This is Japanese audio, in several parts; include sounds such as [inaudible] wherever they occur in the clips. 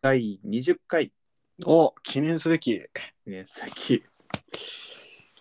第20回お記念すべき。記念すべき、記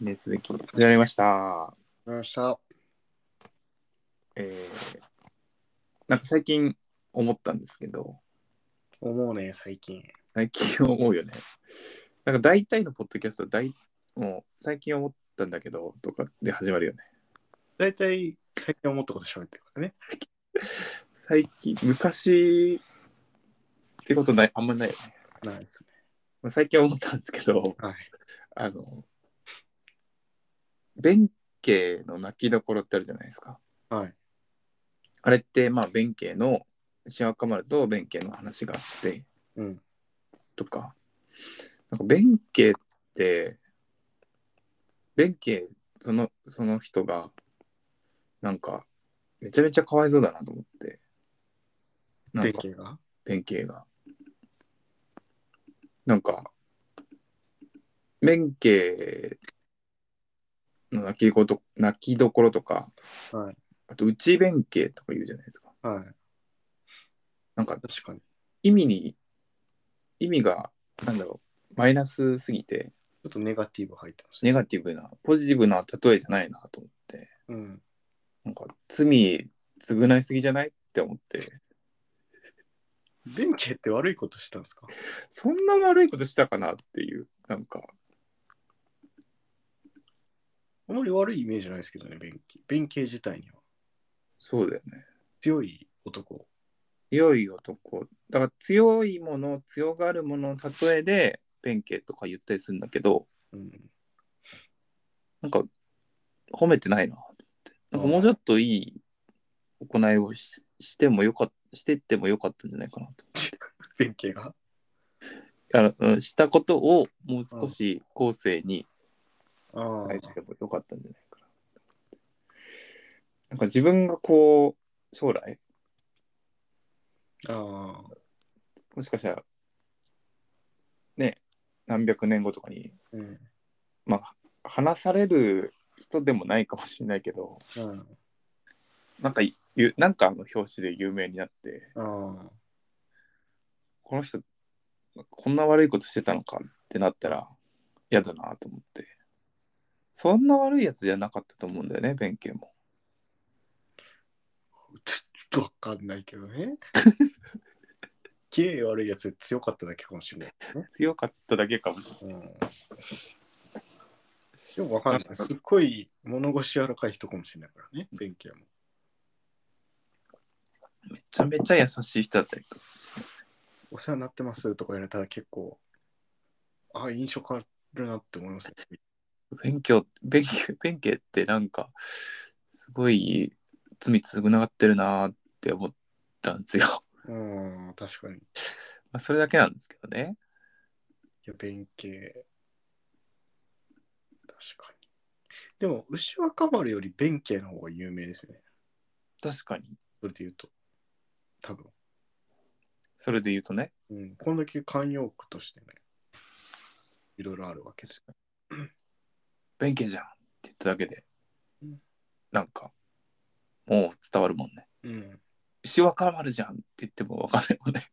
念すべき、始まりました。わかりました。えー、なんか最近思ったんですけど、思うね、最近。最近思うよね。なんか大体のポッドキャストは大、もう最近思ったんだけど、とかで始まるよね。大体、最近思ったこと喋ってるからね。最近、昔ってことない、あんまないよね。ないですね。まあ最近思ったんですけど、はいあの、弁慶の泣きどころってあるじゃないですか。はい。あれって、まあ、弁慶の、新若丸と弁慶の話があって、うん。とか、なんか弁慶って、弁慶、その、その人が、なんか、めちゃめちゃかわいそうだなと思って。なん弁か、慶が。弁慶が。なんか、弁慶の泣きどころと泣きどころとか、はい。あと、内弁慶とか言うじゃないですか。はい。なんか、確かに。意味に意味がなんだろうマイナスすぎてちょっとネガティブ入ってますね。ネガティブなポジティブな例えじゃないなと思ってうん。なんか罪償いすぎじゃないって思って弁慶って悪いことしたんですかそんな悪いことしたかなっていうなんかあまり悪いイメージないですけどね、弁慶。弁慶自体には。そうだよね強い男。強い男だから強いもの強がるものの例えで弁慶とか言ったりするんだけどうん。なんか褒めてないなってなんかもうちょっといい行いをししてもよかっしてってもよかったんじゃないかなと。弁慶が。あのうんしたことをもう少し後世にああ。伝えてもよかったんじゃないかな。なんか自分がこう将来ああ。もしかしたらね何百年後とかにうん。まあ話される人でもないかもしれないけどうん。なんかゆなんかの表紙で有名になってああ。この人こんな悪いことしてたのかってなったら嫌だなと思ってそんな悪いやつじゃなかったと思うんだよね弁慶も。ちょっとわかんないけど [laughs] ね。綺麗悪いやつで強かっただけかもしれない。強かっただけかもしれない。うんでもわかんない。すっごい物腰柔らかい人かもしれないからね、弁慶も。めちゃめちゃ優しい人だったりとかしてお世話になってますとか言われたら結構、あ印象変わるなって思いますね。勉強、勉強、勉強ってなんか、すごい罪償ってるなーって思ったんですよ。 [laughs] うん、確かに。いまあ、それだけなんですけどね。や、弁慶。確かに。でも、牛若丸より弁慶の方が有名ですね。確かに。それで言うと。多分。それで言うとね。うん、こんだけ慣用句としてね、いろいろあるわけです。弁慶じゃんって言っただけでうん、なんか、もう伝わるもんね。うん。牛若丸じゃんって言ってもわかんないもんね。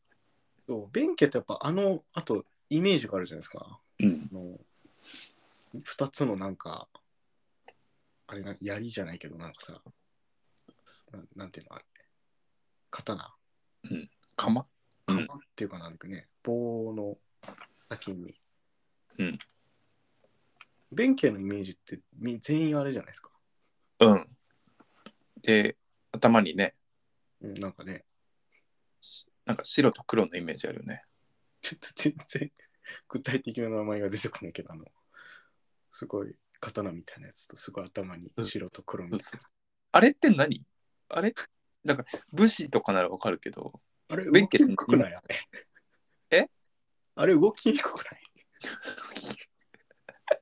そう、弁慶ってやっぱあの、あと、イメージがあるじゃないですか。うん。の2つのなんかあれな槍じゃないけどなんかさななんていうのあれ刀釜鎌っていうかなんだけどね、棒の先に、うん、弁慶のイメージってみ全員あれじゃないですか、うん。で、頭にね、うん、なんかねなんか白と黒のイメージあるよね。ちょっと全然具体的な名前が出てこないけどあのすごい刀みたいなやつとすごい頭に白と黒みたいなやつ、あれって何あれなんか武士とかならわかるけど、あれ、弁動慶きにくくないあれ。えあれ、動きにくくない [laughs]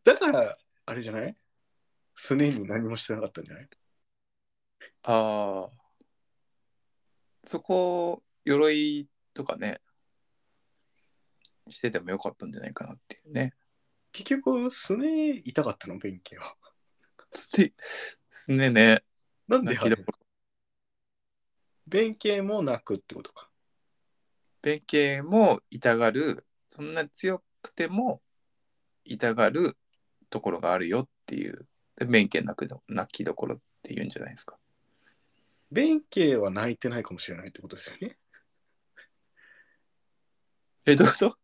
だから、あれじゃないスネに何もしてなかったんじゃないああ、そこ、鎧とかね、しててもよかったんじゃないかなっていうね。結局、スネ痛かったの、弁慶は。すて、すねね、なんで泣きどころ弁慶も泣くってことか。弁慶も痛がる、そんな強くても痛がるところがあるよっていう、で弁慶泣くど泣きどころっていうんじゃないですか。弁慶は泣いてないかもしれないってことですよね。え、どういうこと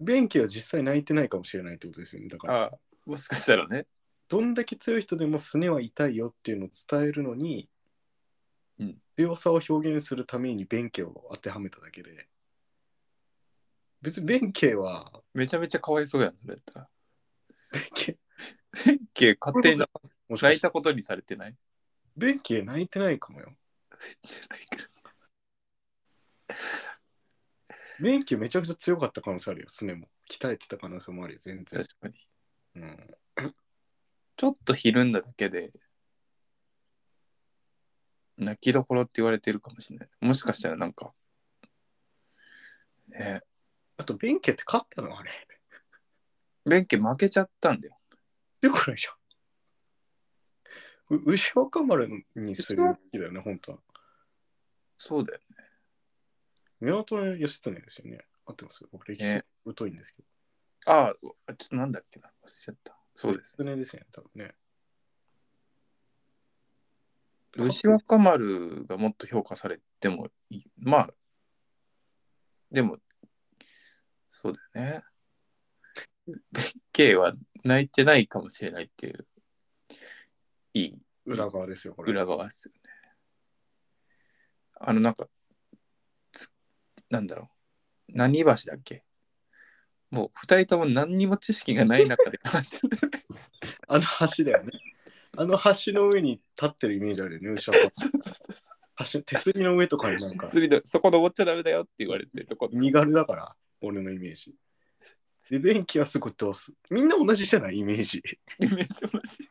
弁慶は実際泣いてないかもしれないってことですよね。だから、あもしかしたらね。どんだけ強い人でもすねは痛いよっていうのを伝えるのに、うん強さを表現するために弁慶を当てはめただけで、別に弁慶は、めちゃめちゃかわいそうやん、それやったら。弁慶、弁慶勝手にもしか泣しいてたことにされてない [laughs] 弁慶泣いてないかもよ。弁慶めちゃくちゃ強かった可能性あるよ、すねも。鍛えてた可能性もあるよ、全然確。かに。うん、ちょっとひるんだだけで、泣きどころって言われてるかもしれない。もしかしたらなんか、ねあと、弁慶って勝ったのあれ。弁慶負けちゃったんだよ。でこれじゃん。う牛若丸にするべきだよね、本当は。そうだよ。源義経ですよね。合ってます僕、歴史ね疎いんですけど。ああ、ちょっとなんだっけな。忘れちゃった。そうです。すねですよね、多分ね。牛若丸がもっと評価されてもいい。まあ、でも、そうだよね。弁慶は泣いてないかもしれないっていう、いい裏側ですよ、これ。裏側ですよね。あの、なんか、つなんだろう。何橋だっけもう二人とも何にも知識がない中で話してる。あの橋だよね。あの橋の上に立ってるイメージあるよね、牛若丸。 [laughs] そうそうそうそ橋手すりの上とかになんうか、釣りでそこ登っちゃダメだよって言われてるとこ。身軽だから、俺のイメージ。で、便器はすごい通す。みんな同じじゃないイメージ。イメージ同じ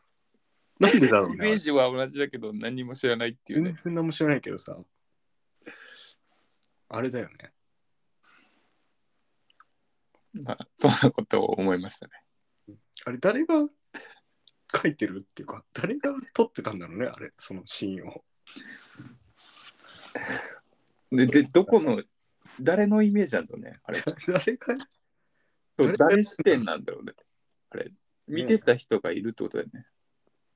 なんでだろうイメーね。ジは同じだけど何も知らないっていう全ね。然何も知らないけどさ。あれだよね。まあ、そんなことを思いましたね。あれ誰が書いてるっていうか誰が撮ってたんだろうねあれそのシーンをで、でどこの、誰のイメージなんだろうね。あれ、誰がそう誰視点なんだろうね。あれ、見てた人がいるってことだよね。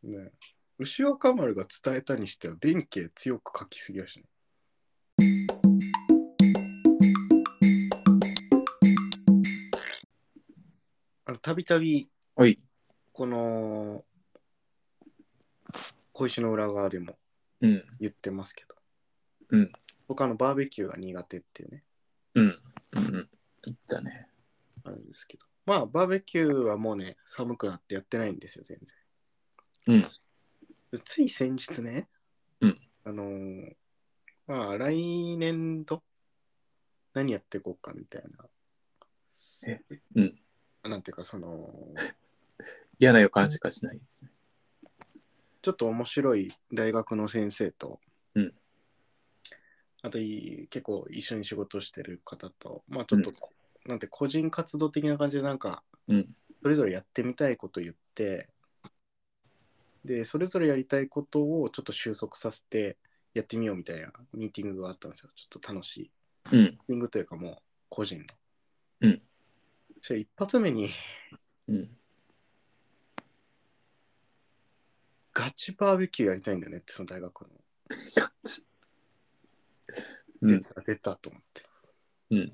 ね牛若丸が伝えたにしては弁慶強く書きすぎやしねあのたびたびはい。この小石の裏側でもうん。言ってますけど、うん、僕あのバーベキューが苦手っていうねうん。うん。言ったね。あるんですけど。まあ、バーベキューはもうね、寒くなってやってないんですよ、全然。うん。つい先日ね、うん。あのーまあ、来年度、何やっていこうかみたいな。えうん。なんていうか、その、嫌な予感しかしないですね。ちょっと面白い大学の先生と、うんあといい結構一緒に仕事してる方と、まあちょっとこ、なんて個人活動的な感じでなんか、うんそれぞれやってみたいこと言って、で、それぞれやりたいことをちょっと収束させてやってみようみたいなミーティングがあったんですよ。ちょっと楽しい。うん。ミーティングというかもう個人の。うん。そしたら一発目にうん。ガチバーベキューやりたいんだよねってその大学の。う出ん。た、出たと思って。うん。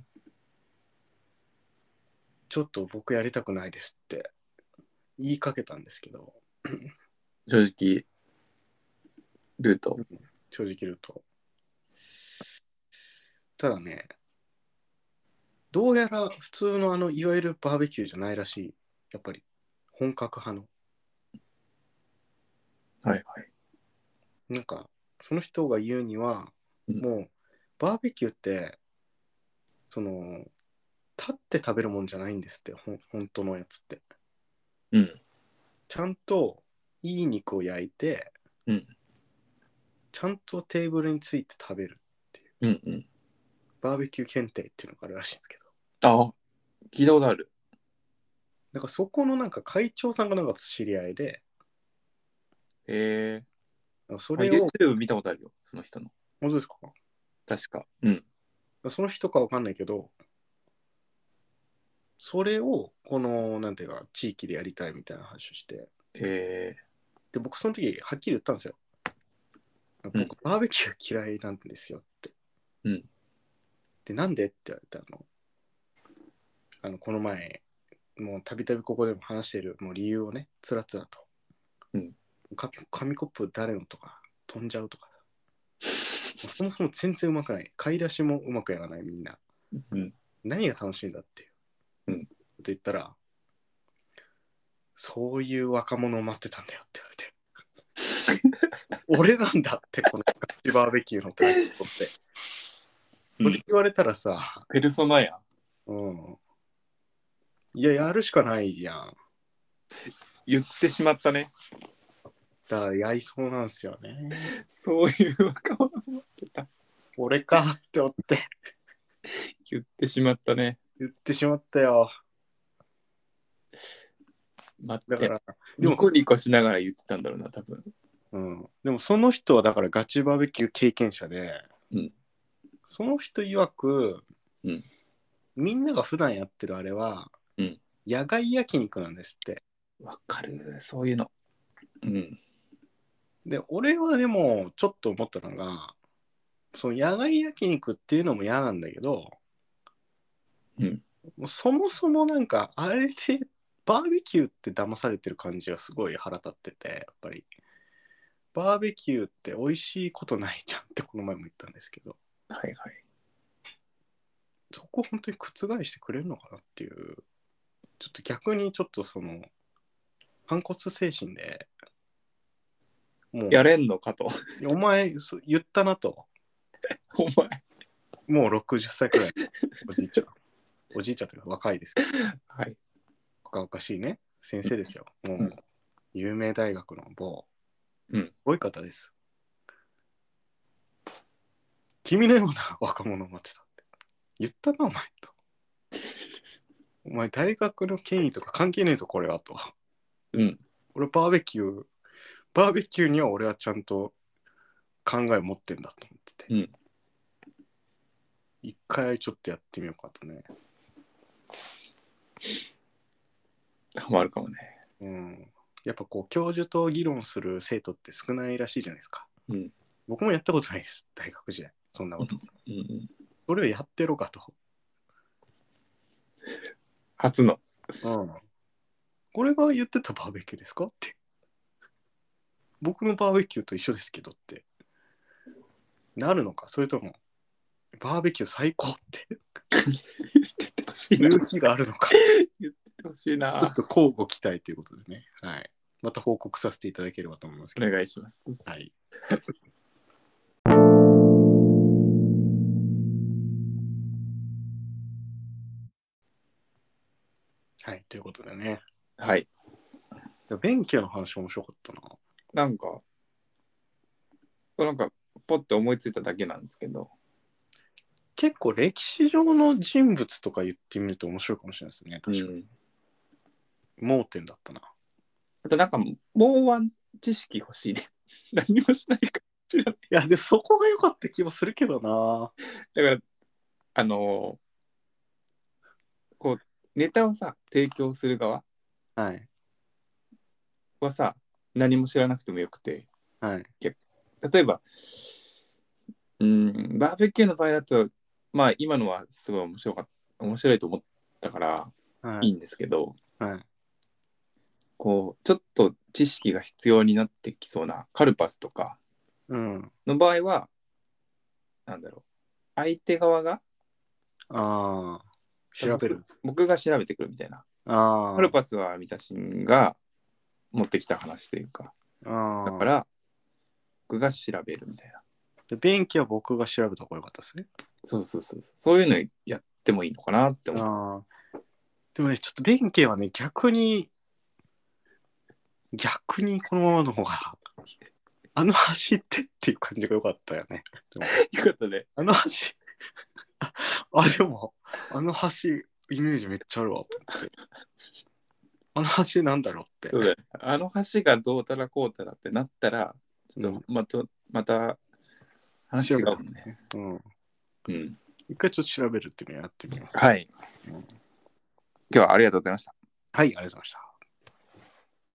ちょっと僕やりたくないですって言いかけたんですけど、正直、ルート。正直言うと。ただね、どうやら普通のあの、いわゆるバーベキューじゃないらしい。やっぱり、本格派はいはい。の。なんか、その人が言うには、うんもう、バーベキューって、その、立って食べるもんじゃないんですって、ほん本当のやつって。うん。ちゃんといい肉を焼いて、うんちゃんとテーブルについて食べるうんうん。バーベキュー検定っていうのがあるらしいんですけどあ、聞いたことある。なんかそこのなんか会長さんがなんか知り合いでえなんかそー、あれを YouTube 見たことあるよ、その人の。本当ですか確か。うん。その人かわかんないけど、それを、この、なんていうか、地域でやりたいみたいな話をして、えで、僕その時、はっきり言ったんですうよ。ん僕、バーベキュー嫌いなんですよって。うんで、なんでって言われたの。あの、この前、もうたびたびここでも話している、もう理由をね、つらつらと。うんか紙コップ誰のとか、飛んじゃうとか。もうそもそも全然うまくない。買い出しもうまくやらない、みんな。ーうん。何が楽しいんだっていう、うんこと言ったらそういう若者を待ってたんだよって言われて俺なんだってこのガチバーベキューのタイトルってうんそれ言われたらさ、ペルソナやん。うん、いややるしかないやん言ってしまったね。だからやりそうなんすよねそういう若者も俺かって思って言ってしまったね。言ってしまったよ待だっかて。らニコニコしながら言ってたんだろうな、多分。うん、でもその人はだからガチバーベキュー経験者で、うんその人曰く、うんみんなが普段やってるあれは、うん野外焼肉なんですってわかる、そういうの。うん。で俺はでもちょっと思ったのがその野外焼肉っていうのも嫌なんだけど、うんもうそもそもなんかあれでバーベキューって騙されてる感じがすごい腹立っててやっぱりバーベキューって美味しいことないじゃんってこの前も言ったんですけどはいはい。そこを本当に覆してくれるのかなっていうちょっと逆にちょっとその反骨精神でもうやれんのかと。 [laughs] お前そう言ったなとお前。もう60歳くらいおじいちゃんおじいちゃんというか若いですけどはい。若々しいね先生ですよ、んもう有名大学の某、うんすごい方です君のような若者を待ってたって言ったなお前とお前大学の権威とか関係ねえぞこれはとうん。俺バーベキューバーベキューには俺はちゃんと考えを持ってんだと思ってて、うん一回ちょっとやってみようかとねハマるかもね。うん、やっぱこう教授と議論する生徒って少ないらしいじゃないですか。うん僕もやったことないです大学時代そんなこと。うんうん。それをやってろかと。初の。うん、これが言ってたバーベキューですかって。僕のバーベキューと一緒ですけどって。なるのかそれともバーベキュー最高って言っててほしい勇な。気があるのか。ほしいちょっな。と交互期待ということでね。はい。また報告させていただければと思いますけど。お願いします。はい。 [laughs] はい、ということでね。はい。勉強の話面白かったな。なんか、これなんか、ポッて思いついただけなんですけど、結構歴史上の人物とか言ってみると面白いかもしれないですね。確かに。盲点だったな。あとなんか、もうワン知識欲しいね。 [laughs] 何もしないか知らない。いや、でもそこが良かった気もするけどな。だから、あのーこう、ネタをさ、提供する側はい。はさ、何も知らなくてもよくて、はい。例えば、うん、バーベキューの場合だと、まあ、今のはすごい面白かった、面白いと思ったから、はいいい。んですけど、はい、こう、ちょっと知識が必要になってきそうなカルパスとかうん。の場合は、なんだろう、相手側がああ。調べる。僕が調べてくるみたいな。ああ。カルパスは三田新が持ってきた話というか、あだあ。から、僕が調べるみたいな。で便器は僕が調べた方が良かったですね。そうそうそうそう。そういうのやってもいいのかなって思う。あーでもね、ちょっと弁慶はね、逆に、逆にこのままの方が、あの走ってっていう感じが良かったよね。よかったね。あの橋、ああ、でも、あの橋、イメージめっちゃあるわと思って。あの橋なんだろうってそう。だよねあの橋がどうたらこうたらってなったら、ちょっとまた、また話違うもんね。うん。うん。一回ちょっと調べるっていうのやってみます。はい。今日はありがとうございました。はい、ありがとうございました。